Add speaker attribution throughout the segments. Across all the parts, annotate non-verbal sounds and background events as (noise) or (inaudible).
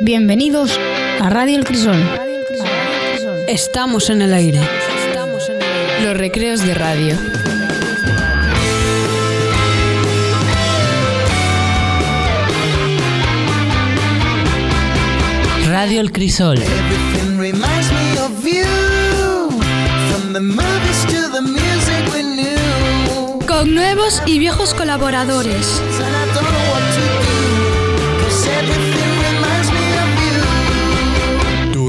Speaker 1: Bienvenidos a Radio El Crisol.
Speaker 2: Estamos en el aire. Los recreos de radio. Radio El Crisol.
Speaker 3: Everything reminds me of you. From the movies to the music we knew.
Speaker 4: Con nuevos y viejos colaboradores.
Speaker 3: And I don't know what to do. 'cause everything reminds me of you.
Speaker 5: Tu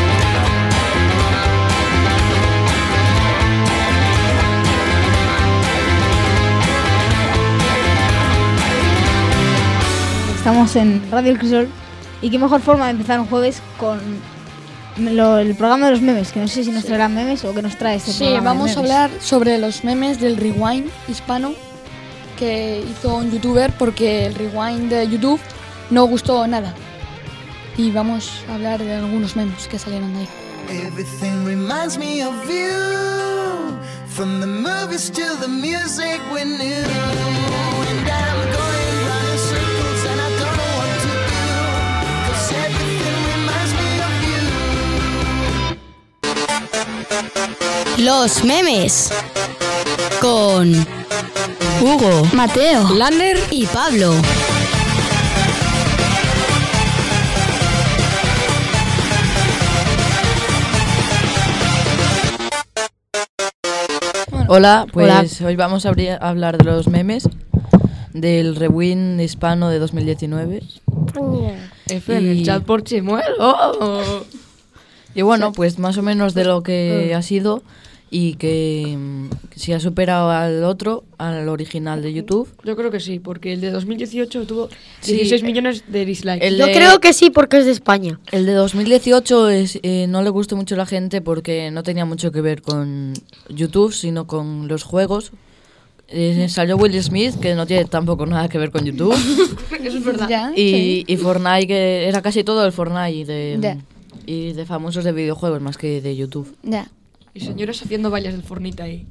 Speaker 1: Estamos en Radio El Crisol. Y qué mejor forma de empezar un jueves con lo- el programa de los memes, que no sé si nos traerán memes o que nos trae este
Speaker 6: Sí,
Speaker 1: programa de
Speaker 6: vamos
Speaker 1: memes.
Speaker 6: a hablar sobre los memes del rewind hispano que hizo un youtuber porque el rewind de YouTube no gustó nada. Y vamos a hablar de algunos memes que salieron de ahí.
Speaker 3: Everything reminds me of you. From the movies to the music we knew. And I'm going round in circles and I don't know what to do. 'Cause everything reminds me of you.
Speaker 2: Los memes. Con Hugo, Mateo, Lander y Pablo.
Speaker 7: Hola, pues
Speaker 1: Hola.
Speaker 7: hoy vamos a abrir- a hablar de los memes del Rewind hispano de 2019.
Speaker 8: F Mm. en el
Speaker 7: Y-
Speaker 8: chat por Chimuel. ¡Oh!
Speaker 7: (laughs) Y bueno, pues más o menos de lo
Speaker 8: Mm.
Speaker 7: que ha sido y que mm, si ha superado al otro, al original de YouTube.
Speaker 8: Yo creo que sí, porque el de 2018 tuvo
Speaker 7: Sí,
Speaker 8: 16
Speaker 7: eh,
Speaker 8: millones de dislikes.
Speaker 7: El
Speaker 9: Yo
Speaker 7: de,
Speaker 9: creo que sí, porque es de España.
Speaker 7: el de 2018 es, eh, no le gustó mucho a la gente porque no tenía mucho que ver con YouTube, sino con los juegos. Eh, salió Will Smith, que no tiene tampoco nada que ver
Speaker 9: (laughs)
Speaker 7: con YouTube.
Speaker 8: Eso es verdad.
Speaker 6: Ya,
Speaker 7: Y, y Fortnite, que era casi todo el Fortnite de,
Speaker 6: Ya.
Speaker 7: y de famosos de videojuegos más que de YouTube.
Speaker 6: Ya,
Speaker 8: Y señores haciendo vallas del Fornita ahí.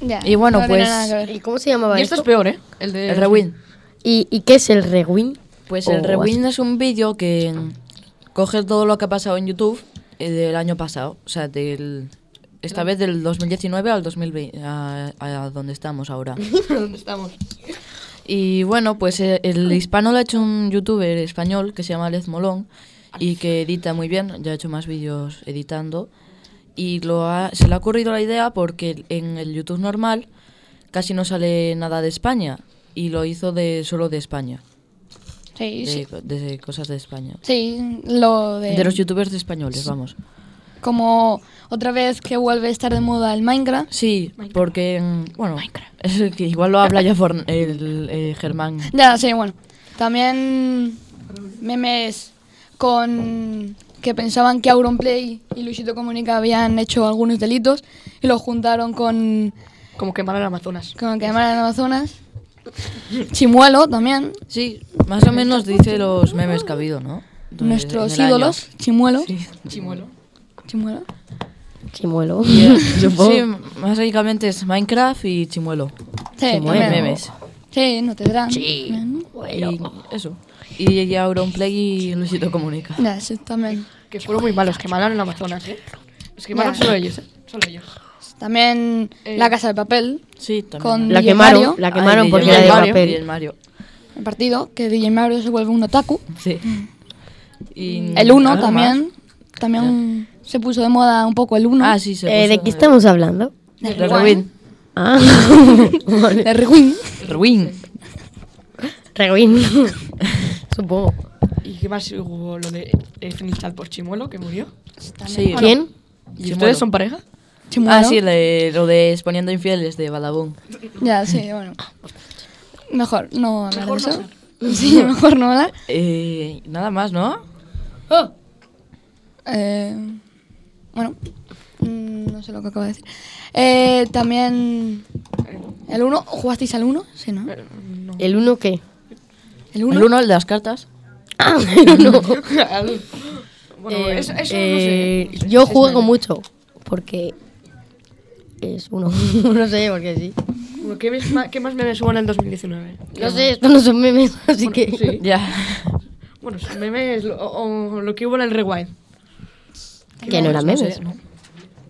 Speaker 6: ya.
Speaker 7: Y bueno,
Speaker 6: No tiene
Speaker 7: pues,
Speaker 6: nada que ver.
Speaker 9: ¿Y cómo se llamaba
Speaker 8: Y esto es
Speaker 9: esto?
Speaker 8: peor, ¿eh? El de.
Speaker 7: El Rewind.
Speaker 9: ¿Y, y qué es el rewind?
Speaker 7: Pues
Speaker 9: O
Speaker 7: el Rewind es un vídeo que coge todo lo que ha pasado en YouTube eh, del año pasado. O sea, del, esta vez del 2019 al 2020, a, a donde estamos
Speaker 8: (laughs)
Speaker 7: ahora.
Speaker 8: ¿Dónde estamos?
Speaker 7: Y bueno, pues eh, el hispano lo ha hecho un youtuber español que se llama Lez Molón y que edita muy bien, ya ha hecho más vídeos editando. Y lo ha- se le ha ocurrido la idea porque en el YouTube normal casi no sale nada de España y lo hizo de solo de España,
Speaker 6: Sí,
Speaker 7: de,
Speaker 6: sí. Pues
Speaker 7: de cosas de España.
Speaker 6: Sí, lo de...
Speaker 7: eh, De los youtubers de españoles, vamos.
Speaker 6: Como otra vez que vuelve a estar de moda el Minecraft.
Speaker 7: Sí, porque, mm, bueno, es que igual lo habla ya Forn- el, eh, Germán.
Speaker 6: Ya, sí, bueno. También memes con que pensaban que Auronplay y Luisito Comunica habían hecho algunos delitos y lo juntaron con
Speaker 8: Como quemar al Amazonas.
Speaker 6: Como que llaman en Amazonas. Chimuelo también.
Speaker 7: Sí, más o menos dice los memes que ha habido, ¿no? Durante-
Speaker 6: Nuestros
Speaker 7: en el año.
Speaker 6: ídolos. Chimuelo.
Speaker 7: (laughs)
Speaker 8: Chimuelo.
Speaker 6: Chimuelo.
Speaker 9: Chimuelo.
Speaker 7: Sí, más básicamente es Minecraft y Chimuelo.
Speaker 6: Sí,
Speaker 7: Chimuelo.
Speaker 6: también.
Speaker 7: Memes.
Speaker 6: Sí, no tendrán.
Speaker 7: Y eso. Y, y Auronplay y Luisito Comunica.
Speaker 6: Ya, sí, también.
Speaker 8: Que fueron muy malos, quemaron el Amazonas, ¿eh? Los quemaron
Speaker 6: Ya.
Speaker 8: solo ellos, ¿eh? Solo ellos.
Speaker 6: También
Speaker 8: Eh.
Speaker 6: La Casa de Papel.
Speaker 7: Sí, también.
Speaker 6: Con
Speaker 9: La
Speaker 6: DJ
Speaker 9: quemaron,
Speaker 6: Mario,
Speaker 7: Ah,
Speaker 9: la
Speaker 7: y
Speaker 9: quemaron
Speaker 7: DJ
Speaker 9: porque era
Speaker 7: Mario.
Speaker 9: de
Speaker 8: Mario.
Speaker 7: Y
Speaker 9: papel.
Speaker 7: el Mario.
Speaker 6: El partido, que DJ Mario se vuelve un otaku.
Speaker 7: Sí. Y-
Speaker 6: Mm. El 1
Speaker 7: ¿algo más?
Speaker 6: también. También se puso de moda un poco el 1.
Speaker 7: Ah, sí, se
Speaker 9: Eh, ¿De
Speaker 7: puso-
Speaker 9: qué estamos hablando?
Speaker 7: De Rewind.
Speaker 9: Ah,
Speaker 6: El Rewind.
Speaker 7: Rewind.
Speaker 9: rewind. Supongo.
Speaker 8: ¿Y qué más hubo lo de F en el chat por Chimuelo que murió?
Speaker 7: Sí.
Speaker 9: ¿Quién?
Speaker 8: ¿Y
Speaker 7: Chimuelo.
Speaker 8: ustedes son pareja?
Speaker 6: Chimuelo.
Speaker 7: Ah, sí, le- lo de Exponiendo Infieles de Badabun.
Speaker 6: Ya, sí, bueno. Mejor no hablar de eso. (laughs) Sí, mejor no hablar.
Speaker 7: Eh, nada más, ¿no?
Speaker 6: Eh, bueno, mm, no sé lo que acabo de decir. Eh, también. ¿El 1? ¿Jugasteis al 1? Sí, ¿no?
Speaker 8: No.
Speaker 9: ¿El uno qué?
Speaker 7: ¿El uno? El uno, el de las cartas.
Speaker 9: Ah, el (laughs) uno.
Speaker 8: Bueno,
Speaker 9: Eh,
Speaker 8: eso, eso no
Speaker 9: eh,
Speaker 8: sé.
Speaker 9: Yo
Speaker 8: Es
Speaker 9: juego
Speaker 8: meme.
Speaker 9: mucho porque es uno. (laughs) no sé, porque sí.
Speaker 8: Bueno, ¿Qué, mes- ma- qué más memes hubo en el 2019?
Speaker 9: No sé, esto no son memes, así que.
Speaker 7: Ya.
Speaker 8: Bueno, son memes lo- o, o lo que hubo en el rewind.
Speaker 9: (laughs) Que no eran
Speaker 7: No sé,
Speaker 9: memes.
Speaker 7: ¿no?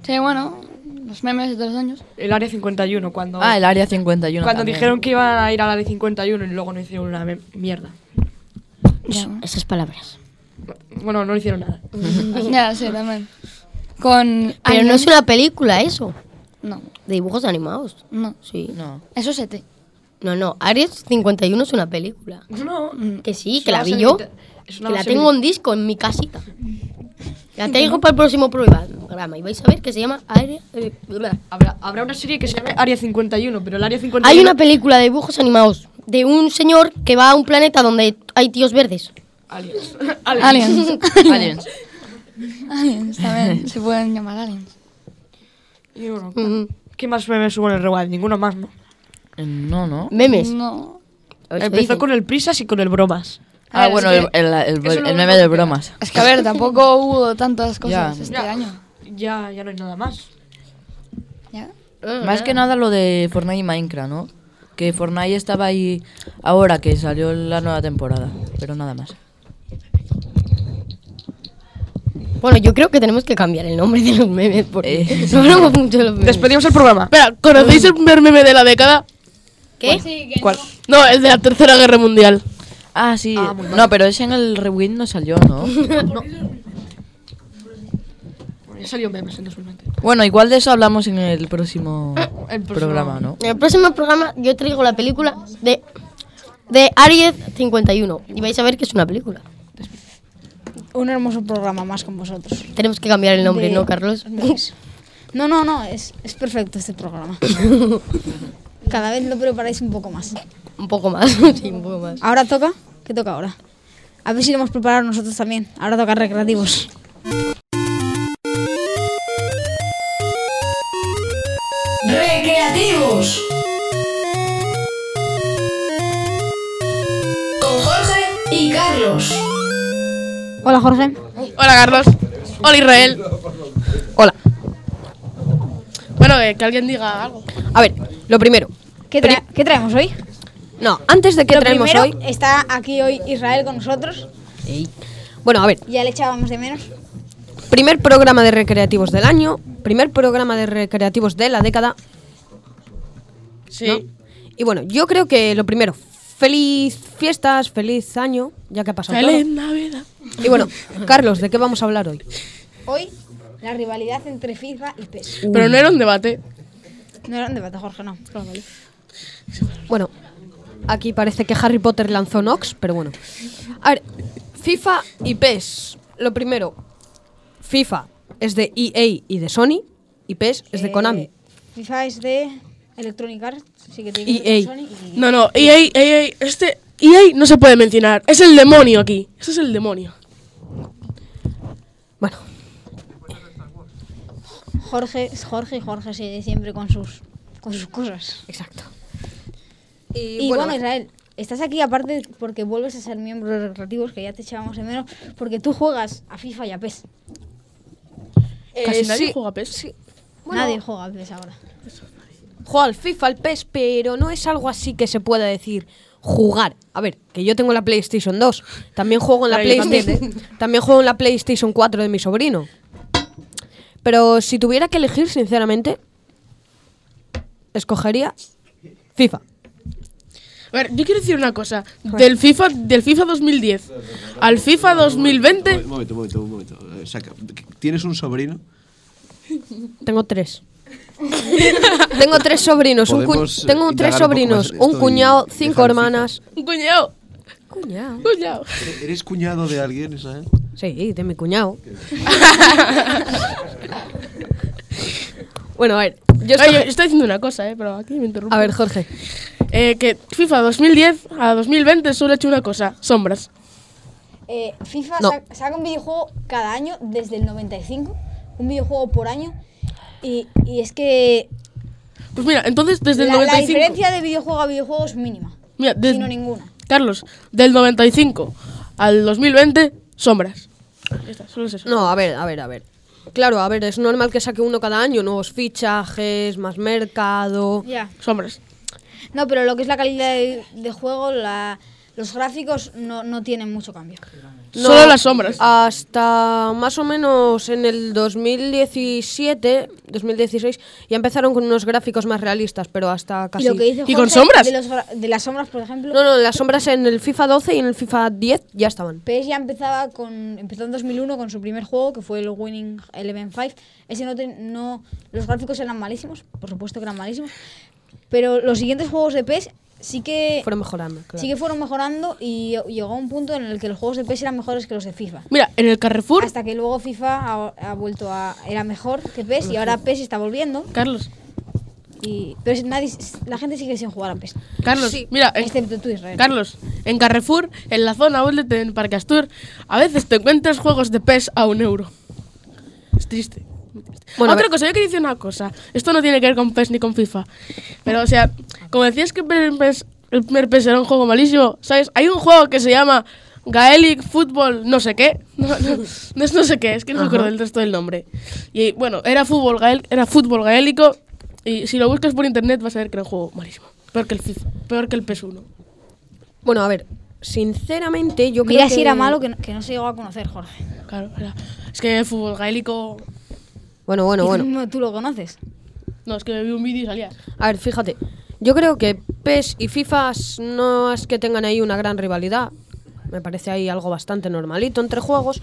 Speaker 6: Sí, bueno, los memes de los años.
Speaker 8: El área 51, cuando,
Speaker 7: Ah, el área 51.
Speaker 8: cuando
Speaker 7: también. (laughs)
Speaker 8: dijeron que iban a ir al área 51 y luego no hicieron una me- mierda.
Speaker 6: Ya, ¿no?
Speaker 9: Esas palabras.
Speaker 8: Bueno, no hicieron nada.
Speaker 6: Ya, sí, también. Con.
Speaker 9: Pero no
Speaker 6: anime-
Speaker 9: es una película eso.
Speaker 6: No,
Speaker 9: De dibujos animados.
Speaker 6: no.
Speaker 9: Sí.
Speaker 7: No.
Speaker 6: Eso es E ET.
Speaker 9: No, no. Aries 51 es una película.
Speaker 8: No,
Speaker 9: Que sí,
Speaker 8: Es
Speaker 9: que
Speaker 8: una
Speaker 9: la vi
Speaker 8: base
Speaker 9: yo.
Speaker 8: milita- es
Speaker 9: Que
Speaker 8: una
Speaker 9: la
Speaker 8: base
Speaker 9: tengo en disco en mi casita. La tengo para el próximo programa. Y vais a ver que se llama Aries. eh, bla.
Speaker 8: Habrá, habrá una serie que se llame Área 51, pero el Área 51...
Speaker 9: Hay una película de dibujos animados de un señor que va a un planeta donde hay tíos verdes.
Speaker 8: Aliens.
Speaker 7: (laughs)
Speaker 6: Aliens.
Speaker 7: Aliens.
Speaker 6: aliens,
Speaker 10: (laughs)
Speaker 6: también. Se pueden llamar aliens.
Speaker 8: Y bueno,
Speaker 9: Mm,
Speaker 8: ¿Qué más memes hubo en el rewind? Ninguno más, ¿no?
Speaker 7: Eh, No, no.
Speaker 9: Memes.
Speaker 6: No.
Speaker 9: A ver si lo
Speaker 8: Empezó
Speaker 9: dicen.
Speaker 8: con el Prisas y con el Bromas.
Speaker 7: Ah,
Speaker 6: ver,
Speaker 7: bueno,
Speaker 6: es
Speaker 7: el,
Speaker 6: que-
Speaker 7: el, el-
Speaker 8: eso no
Speaker 7: el
Speaker 8: lo
Speaker 7: meme de bromas.
Speaker 6: Es que a
Speaker 10: (laughs)
Speaker 6: ver, tampoco hubo tantas cosas
Speaker 7: Ya.
Speaker 6: este
Speaker 8: Ya.
Speaker 6: año.
Speaker 8: Ya, ya no hay nada más.
Speaker 6: Ya.
Speaker 11: Ah,
Speaker 9: Ah.
Speaker 7: Más que nada lo de Fortnite y Minecraft, ¿no? Que Fortnite estaba ahí ahora que salió la nueva temporada, pero nada más.
Speaker 9: Bueno, yo creo que tenemos que cambiar el nombre de los memes porque
Speaker 7: Eh.
Speaker 9: (laughs) no hablamos mucho de los memes.
Speaker 8: Despedimos el programa.
Speaker 12: Espera, ¿conocéis el primer meme de la década?
Speaker 9: ¿Qué?
Speaker 8: ¿Cuál?
Speaker 12: No, el de la Tercera Guerra Mundial.
Speaker 7: Ah, sí. no, pero ese en el Rewind no salió, ¿no?
Speaker 8: Bueno, ya salió memes en 2020.
Speaker 7: bueno, igual de eso hablamos en el próximo,
Speaker 8: El próximo-
Speaker 7: programa, ¿no?
Speaker 9: En el próximo programa yo traigo la película de, de Aries 51 y vais a ver que es una película.
Speaker 1: Un hermoso programa más con vosotros.
Speaker 9: Tenemos que cambiar el nombre,
Speaker 1: De-
Speaker 9: ¿no, Carlos?
Speaker 1: No, no, no, es, es perfecto este programa. Cada vez lo preparáis un poco más.
Speaker 9: (laughs) un poco más, (laughs) sí, un poco más.
Speaker 1: Ahora toca, ¿qué toca ahora? A ver si lo hemos preparado nosotros también. Ahora toca recreativos.
Speaker 2: Recreativos. Con Jorge y Carlos.
Speaker 1: Hola Jorge.
Speaker 12: Hola, Carlos. Hola, Israel.
Speaker 13: Hola.
Speaker 12: Bueno, eh, que alguien diga algo.
Speaker 13: A ver, lo primero.
Speaker 1: ¿Qué, tra- qué traemos hoy?
Speaker 13: No, antes de que
Speaker 1: Lo
Speaker 13: traemos
Speaker 1: primero,
Speaker 13: hoy.
Speaker 1: está aquí hoy Israel con nosotros.
Speaker 13: Bueno, a ver,
Speaker 1: Ya le echábamos de menos.
Speaker 13: primer programa de recreativos del año, primer programa de recreativos de la década.
Speaker 12: Sí.
Speaker 13: ¿no? Y bueno, yo creo que lo primero, feliz fiestas, feliz año, ya que ha pasado.
Speaker 12: Feliz
Speaker 13: todo.
Speaker 12: Navidad.
Speaker 13: Y bueno, Carlos, ¿de qué vamos a hablar hoy?
Speaker 1: Hoy, la rivalidad entre FIFA y PES.
Speaker 12: Pero no era un debate.
Speaker 1: No era un debate, Jorge, no. Eh,
Speaker 13: Bueno, aquí parece que Harry Potter lanzó Nox, pero bueno. A ver, FIFA y PES. Lo primero, FIFA es de EA y de Sony, y PES es de
Speaker 1: Eh,
Speaker 13: Konami.
Speaker 1: FIFA es de Electronic Arts, sí que tiene que ver
Speaker 13: EA.
Speaker 1: con Sony y-
Speaker 12: No, no, E EA, EA, este EA no se puede mencionar. Es el demonio aquí. Ese es el demonio.
Speaker 13: Bueno,
Speaker 1: Jorge, es Jorge, Jorge sí, de siempre con sus, con sus cosas.
Speaker 13: exacto.
Speaker 1: Y, bueno, Israel, estás aquí aparte porque vuelves a ser miembro de Recreativos, que ya te echábamos de menos, porque tú juegas a FIFA y a PES.
Speaker 13: Casi
Speaker 12: Casi nadie
Speaker 13: sí.
Speaker 12: juega a PES.
Speaker 1: Nadie juega a PES ahora.
Speaker 13: Juega al FIFA, al PES, pero no es algo así que se pueda decir jugar. A ver, que yo tengo la PlayStation 2, también juego en la
Speaker 12: Ahora yo ¿eh?
Speaker 13: PlayStation, (laughs) también, juego en la PlayStation 4 de mi sobrino. Pero si tuviera que elegir, sinceramente, escogería FIFA.
Speaker 12: A ver, yo quiero decir una cosa. Del FIFA, del FIFA 2010 al FIFA 2020.
Speaker 14: Un momento, un momento, un momento. Eh, saca. ¿Tienes un sobrino?
Speaker 13: Tengo tres. (laughs) tengo tres sobrinos, un cu-
Speaker 14: Podemos, eh,
Speaker 13: tengo
Speaker 14: indagar
Speaker 13: tres
Speaker 14: un poco
Speaker 13: sobrinos,
Speaker 14: más.
Speaker 13: un
Speaker 14: Estoy
Speaker 13: cuñado,
Speaker 14: dejando
Speaker 13: cinco
Speaker 14: el
Speaker 13: hermanas.
Speaker 12: Un cuñado.
Speaker 13: Cuñado.
Speaker 12: Cuñado.
Speaker 14: ¿E- ¿Eres cuñado de alguien, Israel?
Speaker 13: Sí, de mi cuñado. bueno, a ver, yo
Speaker 12: Ay, yo
Speaker 13: escoge-
Speaker 12: estoy diciendo una cosa, eh, pero aquí me interrumpo.
Speaker 13: A ver, Jorge.
Speaker 12: Eh, que FIFA 2010 a 2020 solo ha hecho una cosa: sombras.
Speaker 1: Eh, FIFA
Speaker 13: No.
Speaker 1: sac- saca un videojuego cada año desde el 95, un videojuego por año, y, y es que
Speaker 12: Pues mira, entonces desde
Speaker 1: la,
Speaker 12: el
Speaker 1: la
Speaker 12: 95.
Speaker 1: diferencia de videojuego a videojuego es mínima.
Speaker 12: Mira, de-
Speaker 1: Sino ninguna.
Speaker 12: Carlos, del 95 al 2020, sombras.
Speaker 13: No, a ver, a ver, a ver. Claro, a ver, es normal que saque uno cada año, nuevos fichajes, más mercado.
Speaker 1: Ya.
Speaker 12: Sombras.
Speaker 1: No, pero lo que es la calidad de, de juego, la- los gráficos no, no tienen mucho cambio.
Speaker 12: Solo las sombras.
Speaker 13: Hasta más o menos en el 2017, 2016, ya empezaron con unos gráficos más realistas, pero hasta casi.
Speaker 1: Y lo que dice Jorge De, los gra- de las sombras, por ejemplo.
Speaker 13: No, no, las sombras en el FIFA 12 y en el FIFA 10 ya estaban.
Speaker 1: PES ya empezaba con, empezó en 2001 con su primer juego, que fue el Winning Eleven 5. Ese no, ten- no- Los gráficos eran malísimos, por supuesto que eran malísimos. Pero los siguientes juegos de PES sí que.
Speaker 13: Fueron mejorando, claro.
Speaker 1: Sí que fueron mejorando y llegó un punto en el que los juegos de PES eran mejores que los de FIFA.
Speaker 12: Mira, en el Carrefour,
Speaker 1: Hasta que luego FIFA ha, ha vuelto a. Era mejor que PES y ahora PES está volviendo.
Speaker 12: Carlos.
Speaker 1: Y, pero es- nadie, la gente sigue sin jugar a PES.
Speaker 12: Carlos, mira, en-
Speaker 1: Excepto tú, Israel.
Speaker 12: Carlos, en Carrefour, en la zona outlet en Parque Astur, a veces te encuentras juegos de PES a un euro. Es triste. muy triste.
Speaker 13: Bueno, a
Speaker 12: Otra
Speaker 13: ver.
Speaker 12: cosa, yo quería decir una cosa. Esto no tiene que ver con PES ni con FIFA. Pero, o sea, como decías que el primer PES, el primer PES era un juego malísimo, ¿sabes? Hay un juego que se llama Gaelic Football no sé qué. (laughs) No, no, no es no sé qué, es que no
Speaker 13: Ajá.
Speaker 12: me acuerdo del resto del nombre. Y bueno, era fútbol, gael- era fútbol gaélico y si lo buscas por internet vas a ver que era un juego malísimo. Peor que el FIFA, peor que el PES 1.
Speaker 13: Bueno, a ver, sinceramente yo creo
Speaker 1: Mira
Speaker 13: que...
Speaker 1: si era malo que no, que no se llegó a conocer, Jorge.
Speaker 12: Claro, era- es que el fútbol gaélico.
Speaker 13: Bueno, bueno,
Speaker 1: Y
Speaker 13: bueno.
Speaker 1: tú- Tú lo conoces.
Speaker 12: No, es que vi un vídeo y salía.
Speaker 13: A ver, fíjate. Yo creo que PES y FIFA s- no es que tengan ahí una gran rivalidad. Me parece ahí algo bastante normalito entre juegos.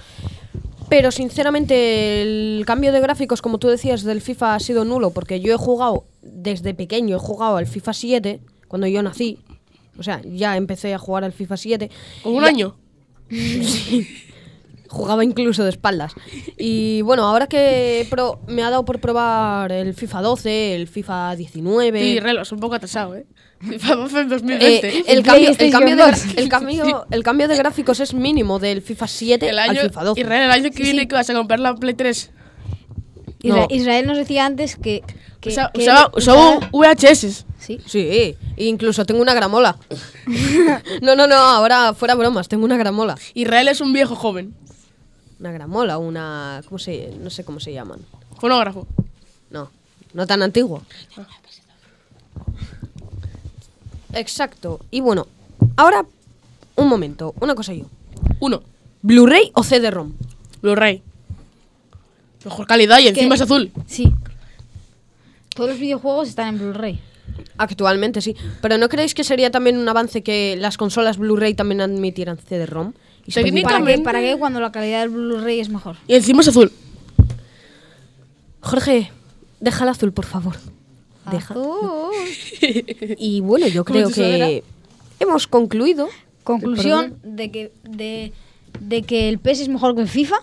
Speaker 13: Pero sinceramente el cambio de gráficos, como tú decías, del FIFA ha sido nulo. Porque yo he jugado desde pequeño, he jugado al FIFA 7 cuando yo nací. O sea, ya empecé a jugar al FIFA 7.
Speaker 12: ¿Con un
Speaker 13: Ya-
Speaker 12: año?
Speaker 13: Sí. Jugaba incluso de espaldas. Y bueno, ahora que pro- me ha dado por probar el FIFA 12, el FIFA 19.
Speaker 12: Y relos, un poco atrasado, ¿eh? FIFA 12 en
Speaker 13: Eh,
Speaker 12: 2020.
Speaker 13: el, cambio, el, cambio de, gra-
Speaker 12: PlayStation
Speaker 13: el, cambio, el cambio de gráficos es mínimo del FIFA 7
Speaker 12: El año,
Speaker 13: al FIFA 12.
Speaker 12: Israel, el año que viene que vas a comprar la Play 3.
Speaker 1: Isra-
Speaker 13: No.
Speaker 1: Israel nos decía antes que. que,
Speaker 12: Usa-
Speaker 1: que
Speaker 12: usaba-
Speaker 1: él
Speaker 12: usaba
Speaker 1: usaba-
Speaker 12: VHS.
Speaker 1: Sí.
Speaker 13: Sí, incluso tengo una gramola. no, no, no, ahora fuera bromas, tengo una gramola.
Speaker 12: Israel es un viejo joven.
Speaker 13: Una gramola, una... ¿cómo se, no sé cómo se llaman.
Speaker 12: Fonógrafo.
Speaker 13: No, no tan antiguo. Exacto. Y bueno, ahora un momento, una cosa yo.
Speaker 12: Uno.
Speaker 13: ¿Blu-ray o CD-ROM?
Speaker 12: Blu-ray. Mejor calidad y
Speaker 1: que-
Speaker 12: encima es azul.
Speaker 1: Sí. Todos los videojuegos están en Blu-ray.
Speaker 13: Actualmente sí. Pero ¿no creéis que sería también un avance que las consolas Blu-ray también admitieran CD-ROM? Y se
Speaker 1: ¿Para
Speaker 13: especificaran-
Speaker 1: qué, ¿Para qué cuando la calidad del Blu-ray es mejor?
Speaker 12: Y encima es azul.
Speaker 13: Jorge, déjala azul, por favor.
Speaker 1: Ah.
Speaker 13: Deja. Y bueno, yo
Speaker 1: Como
Speaker 13: creo
Speaker 1: si suena.
Speaker 13: que hemos concluido.
Speaker 1: Conclusión de que, de, de que el PES es mejor que el FIFA.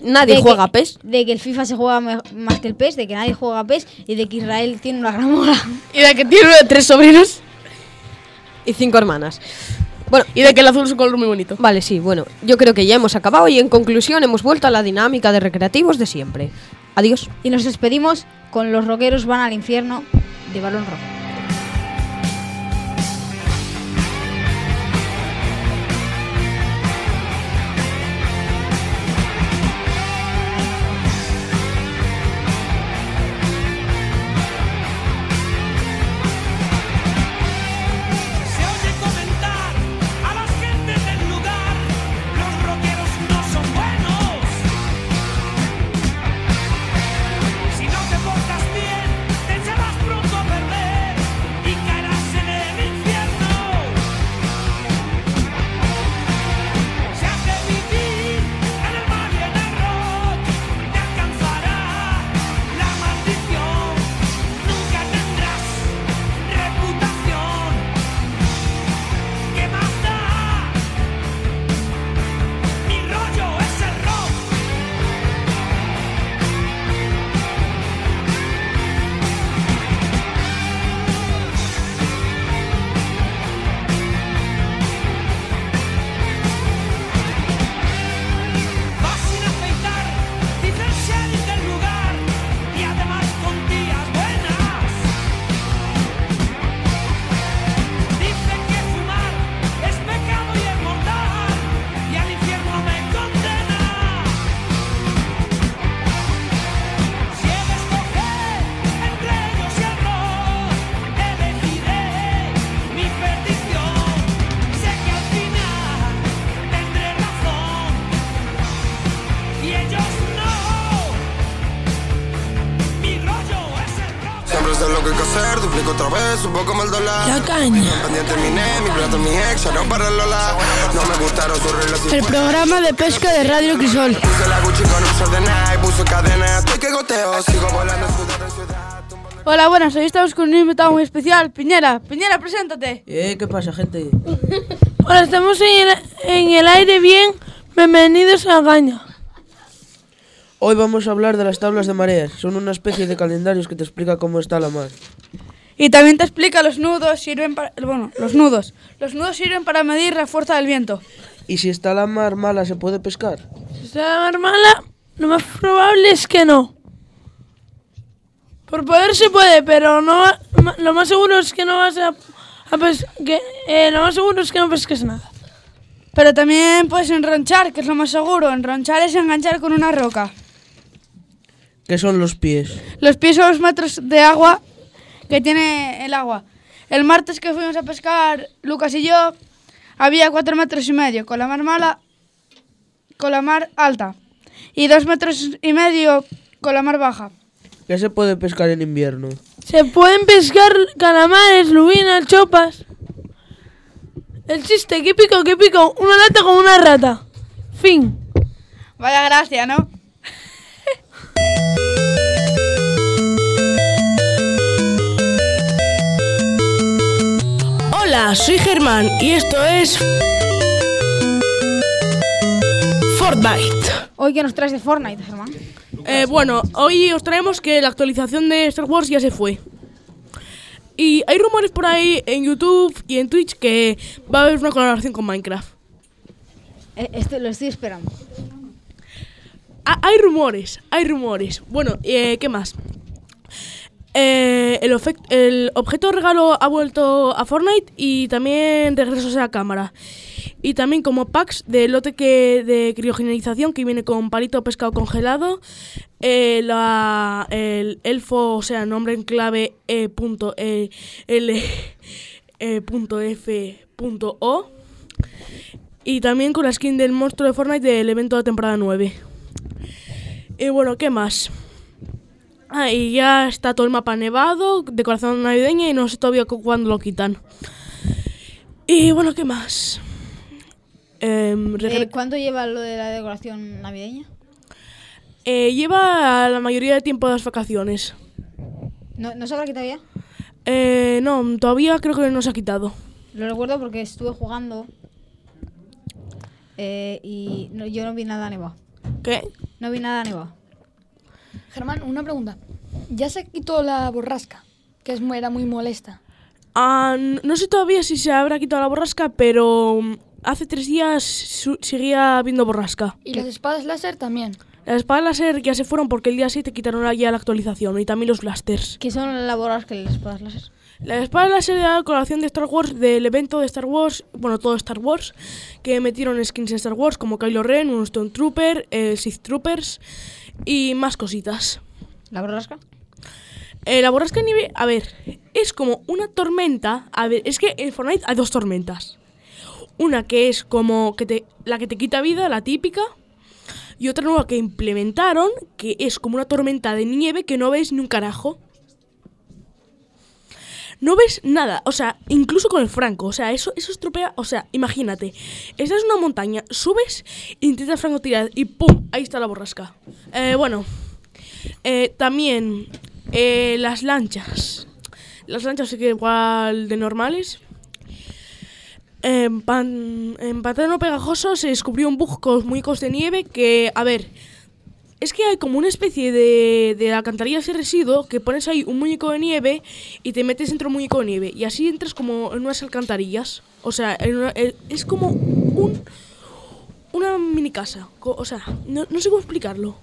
Speaker 13: Nadie
Speaker 1: de
Speaker 13: juega
Speaker 1: que-
Speaker 13: PES.
Speaker 1: De que el FIFA se juega me- más que el PES, de que nadie juega PES y de que Israel tiene una gramola.
Speaker 12: Y de que tiene tres sobrinos.
Speaker 13: Y cinco hermanas. Bueno,
Speaker 12: y de que el azul es un color muy bonito.
Speaker 13: Vale, sí, bueno, yo creo que ya hemos acabado y en conclusión hemos vuelto a la dinámica de recreativos de siempre. Adiós.
Speaker 1: Y nos despedimos con Los Roqueros van al infierno de Balón Rojo.
Speaker 15: Se oye comentar a las gentes del lugar, los rockeros no son buenos. Si no te portas bien, te echarás pronto a perder
Speaker 16: pesos, poco mal dólar.
Speaker 15: La caña.
Speaker 16: Pendiente mi nene, mi plato, mi ex, no para Lola. No me gustaron sus relojes.
Speaker 17: El programa de pesca de Radio Crisol.
Speaker 16: Puse la Gucci con un short de Nike, puse cadena, estoy que goteo, sigo volando en ciudad en ciudad.
Speaker 12: Hola, buenas. Hoy estamos con un invitado muy especial, Piñera. Piñera, preséntate.
Speaker 10: Eh, ¿qué pasa, gente?
Speaker 17: Hola, estamos en el, en el aire bien. Bienvenidos a Gaña.
Speaker 10: Hoy vamos a hablar de las tablas de mareas. Son una especie de calendarios que te explica cómo está la mar.
Speaker 12: Y también te explica los nudos sirven para bueno, los nudos. Los nudos sirven para medir la fuerza del viento.
Speaker 10: ¿Y si está la mar mala, se puede pescar?
Speaker 17: Si está la mar mala, lo más probable es que no. Por poder se puede, pero no va- ma- lo más seguro es que no vas a, a pes- que, eh, lo más seguro es que no pesques nada.
Speaker 12: Pero también puedes Pues enronchar, que es lo más seguro. Enronchar es enganchar con una roca.
Speaker 10: ¿Qué son los pies?
Speaker 12: Los pies son los metros de agua que tiene el agua. El martes que fuimos a pescar, Lucas y yo, había cuatro metros y medio con la mar mala, con la mar alta. Y dos metros y medio con la mar baja.
Speaker 10: ¿Qué se puede pescar en invierno?
Speaker 17: Se pueden pescar calamares, lubinas, chopas. El chiste, ¿qué pico, qué pico? Una lata con una rata. Fin.
Speaker 12: Vaya gracia, ¿no?
Speaker 17: Hola, soy Germán y esto es
Speaker 1: Fortnite. Hoy que nos traes de Fortnite, Germán.
Speaker 11: Eh, bueno, hoy os traemos que la actualización de Star Wars ya se fue. Y hay rumores por ahí en YouTube y en Twitch que va a haber una colaboración con Minecraft.
Speaker 1: Eh, esto- lo estoy esperando.
Speaker 11: Ha- Ah, hay rumores, hay rumores. Bueno, eh, ¿qué más? Eh, el, ofec- el objeto regalo ha vuelto a Fortnite y también regresos a la cámara. Y también como packs de lote que de criogenización que viene con palito pescado congelado, eh, la- el elfo, o sea, nombre en clave E. punto, eh, L, eh, punto F punto O. Y también con la skin del monstruo de Fortnite del evento de temporada 9. Y bueno, ¿qué más? Ah, y ya está todo el mapa nevado, decoración navideña y no sé todavía cu- cuándo lo quitan. Y bueno, ¿qué más? Em, regre-
Speaker 1: Eh, ¿Cuánto lleva lo de la decoración navideña?
Speaker 11: eh, lleva la mayoría de tiempo de las vacaciones.
Speaker 1: ¿No, ¿No sabrá que todavía?
Speaker 11: Eh, no, todavía creo que no se ha quitado.
Speaker 1: Lo recuerdo porque estuve jugando eh, y no- yo no vi nada nevado.
Speaker 11: ¿Qué?
Speaker 1: No vi nada nevado.
Speaker 6: Germán, una pregunta. Ya se quitó la borrasca, que es, mu- era muy molesta.
Speaker 11: Ah, n- no sé todavía si se habrá quitado la borrasca, pero mm, hace tres días su- seguía habiendo borrasca.
Speaker 6: Y las espadas láser también.
Speaker 11: Las espadas láser ya se fueron porque el día 7 quitaron la guía de la actualización y también los blasters.
Speaker 1: ¿Qué son las borrascas y las espadas láser?
Speaker 11: Las espadas láser era la colaboración de Star Wars, del evento de Star Wars, bueno, todo Star Wars, que metieron skins de Star Wars como Kylo Ren, un Stone Trooper, eh, Sith Troopers y más cositas.
Speaker 1: ¿La borrasca?
Speaker 11: Eh, la borrasca de nieve, a ver, es como una tormenta. A ver, es que en Fortnite hay dos tormentas. Una que es como que te, la que te quita vida, la típica. Y otra nueva que implementaron, que es como una tormenta de nieve que no ves ni un carajo. No ves nada, o sea, incluso con el franco, o sea, eso, eso estropea, o sea, imagínate, estás en una montaña, subes, intentas francotirar y ¡pum! Ahí está la borrasca. Eh, bueno, eh, también eh, las lanchas. Las lanchas sí que igual de normales. En, pan, en Pantano Pegajoso se descubrió un bug con muñecos de nieve que, a ver, es que hay como una especie de, de alcantarillas y residuo que pones ahí un muñeco de nieve y te metes dentro de un muñeco de nieve y así entras como en unas alcantarillas. O sea, en una- en- es como un, una mini casa. Co- O sea, no, no sé cómo explicarlo.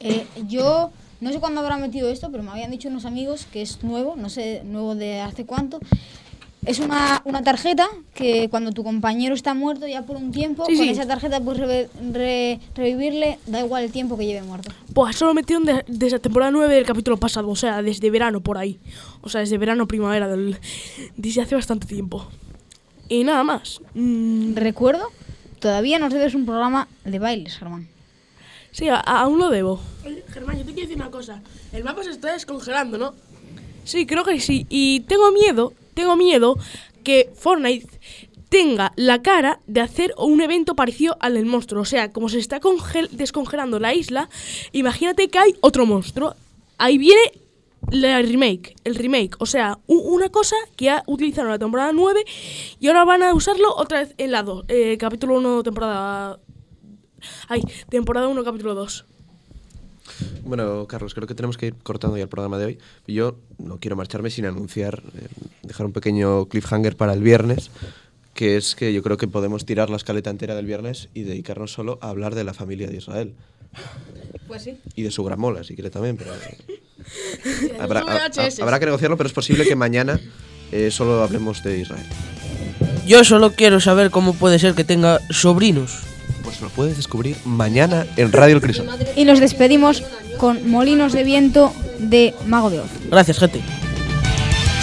Speaker 1: Eh, yo no sé cuándo habrán metido esto, pero me habían dicho unos amigos que es nuevo, no sé, nuevo de hace cuánto. Es una, una tarjeta que cuando tu compañero está muerto ya por un tiempo,
Speaker 11: Sí,
Speaker 1: con
Speaker 11: sí.
Speaker 1: esa tarjeta puedes reve- re- revivirle, da igual el tiempo que lleve muerto.
Speaker 11: Pues solo metieron de- desde la temporada 9 del capítulo pasado, o sea, desde verano por ahí. O sea, desde verano, primavera, del, desde hace bastante tiempo. Y nada más.
Speaker 1: Recuerdo, todavía nos debes un programa de bailes, Germán.
Speaker 11: Sí, a- aún lo debo.
Speaker 12: Germán, yo te quiero decir una cosa. El mapa se está descongelando, ¿no?
Speaker 11: Sí, creo que sí. Y tengo miedo, tengo miedo que Fortnite tenga la cara de hacer un evento parecido al del monstruo. O sea, como se está congel- descongelando la isla, imagínate que hay otro monstruo. Ahí viene la remake, el remake. O sea, u- una cosa que ya utilizaron en la temporada 9 y ahora van a usarlo otra vez en la 2. eh, capítulo 1, temporada... Ay, temporada 1, capítulo 2.
Speaker 14: Bueno, Carlos, creo que tenemos que ir cortando ya el programa de hoy. Yo no quiero marcharme sin anunciar, eh, dejar un pequeño cliffhanger para el viernes, que es que yo creo que podemos tirar la escaleta entera del viernes y dedicarnos solo a hablar de la familia de Israel
Speaker 13: Pues sí.
Speaker 14: y de su gramola, si quiere también. Pero eh,
Speaker 13: (laughs)
Speaker 14: habrá,
Speaker 13: Son
Speaker 14: ha-
Speaker 13: VHS.
Speaker 14: habrá que negociarlo, pero es posible que mañana eh, solo hablemos de Israel.
Speaker 10: Yo solo quiero saber cómo puede ser que tenga sobrinos.
Speaker 14: Pues lo puedes descubrir mañana en Radio El Crisol.
Speaker 1: Y nos despedimos con Molinos de Viento de Mago de Oz.
Speaker 10: Gracias, gente.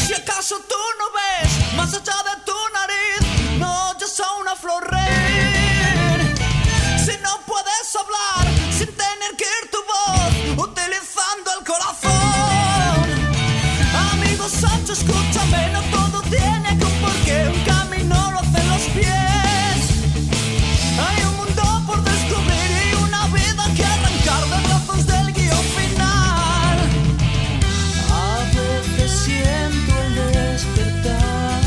Speaker 15: Si acaso tú no ves más allá de tu nariz, no oyes a una flor reír. Si no puedes hablar sin tener que ir tu voz, utilizando el corazón. Amigos Sancho, escúchame, no todo tiene que un porqué, un camino lo hacen los pies. Hay un mundo por descubrir y una vida que arrancar de brazos del guión final. A veces siento el despertar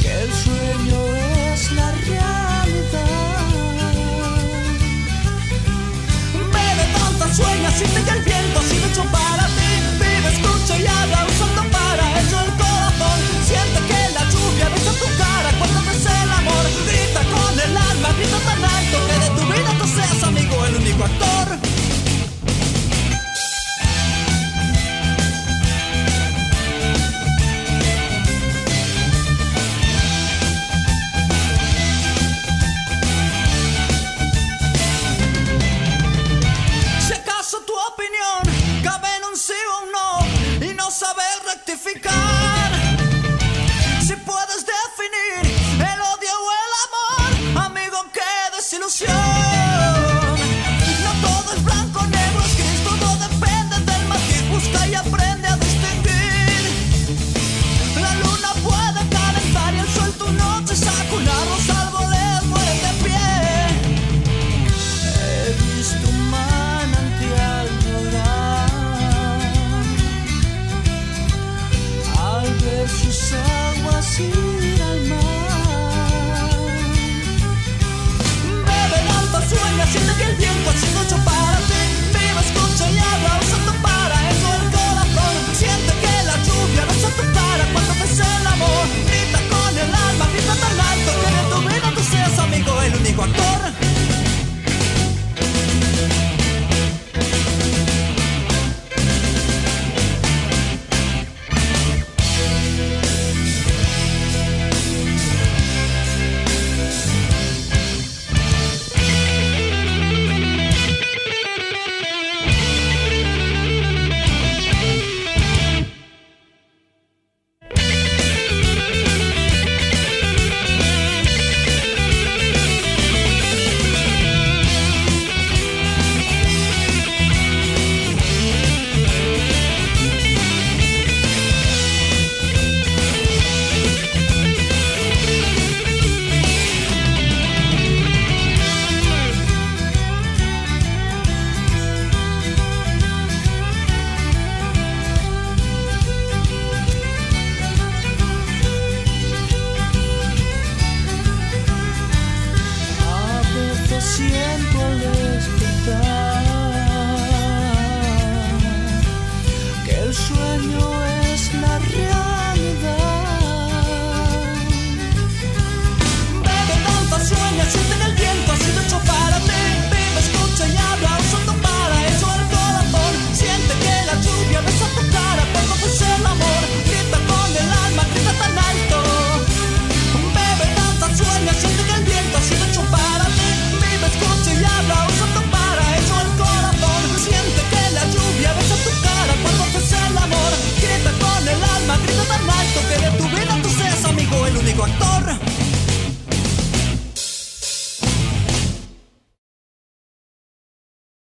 Speaker 15: que el sueño es la realidad. Me levanta, sueña, siente que el viento ha sido hecho para ti. Vive, escucha y habla usando para ello el corazón. Siente que la lluvia besa tu cara cuando ves el amor. Grita con el alma, grita tan alto que de tu vida tú seas amigo, el único actor. Si acaso tu opinión cabe en un sí o un no y no saber rectificar. Si puedes definir el odio o el amor, amigo, qué desilusión. No todo es blanco, negro, es gris, todo depende del matiz. Busca y aprende a distinguir. La luna puede calentar y el sol tu noche sacular. Los árboles mueren de pie. He visto un manantial morar al ver sus aguas ir al mar. Bebe el alma, sueña, siente que el viento ha sido hecho para ti. Viva, escucha y habla, usando para eso el corazón. Siente que la lluvia besa tu cara cuando ves el amor. Grita con el alma, grita tan alto que de tu vida tú seas amigo, el único actor. A veces siento al despertar que el sueño es la realidad. Bebe tanta sueña, siente en el viento, ha sido hecho para ti. Vive, escucha y habla, usando para eso el corazón. Siente que la lluvia besa tu cara cuando ves el amor. Grita con el alma, grita tan alto. Bebe tanta sueña, siente que el viento ha sido hecho para ti. Vive, escucha y habla, usando para eso el corazón. Siente que la lluvia besa tu cara cuando haces el amor. Grita con el alma, grita tan alto que de tu vida tú seas amigo, el único actor.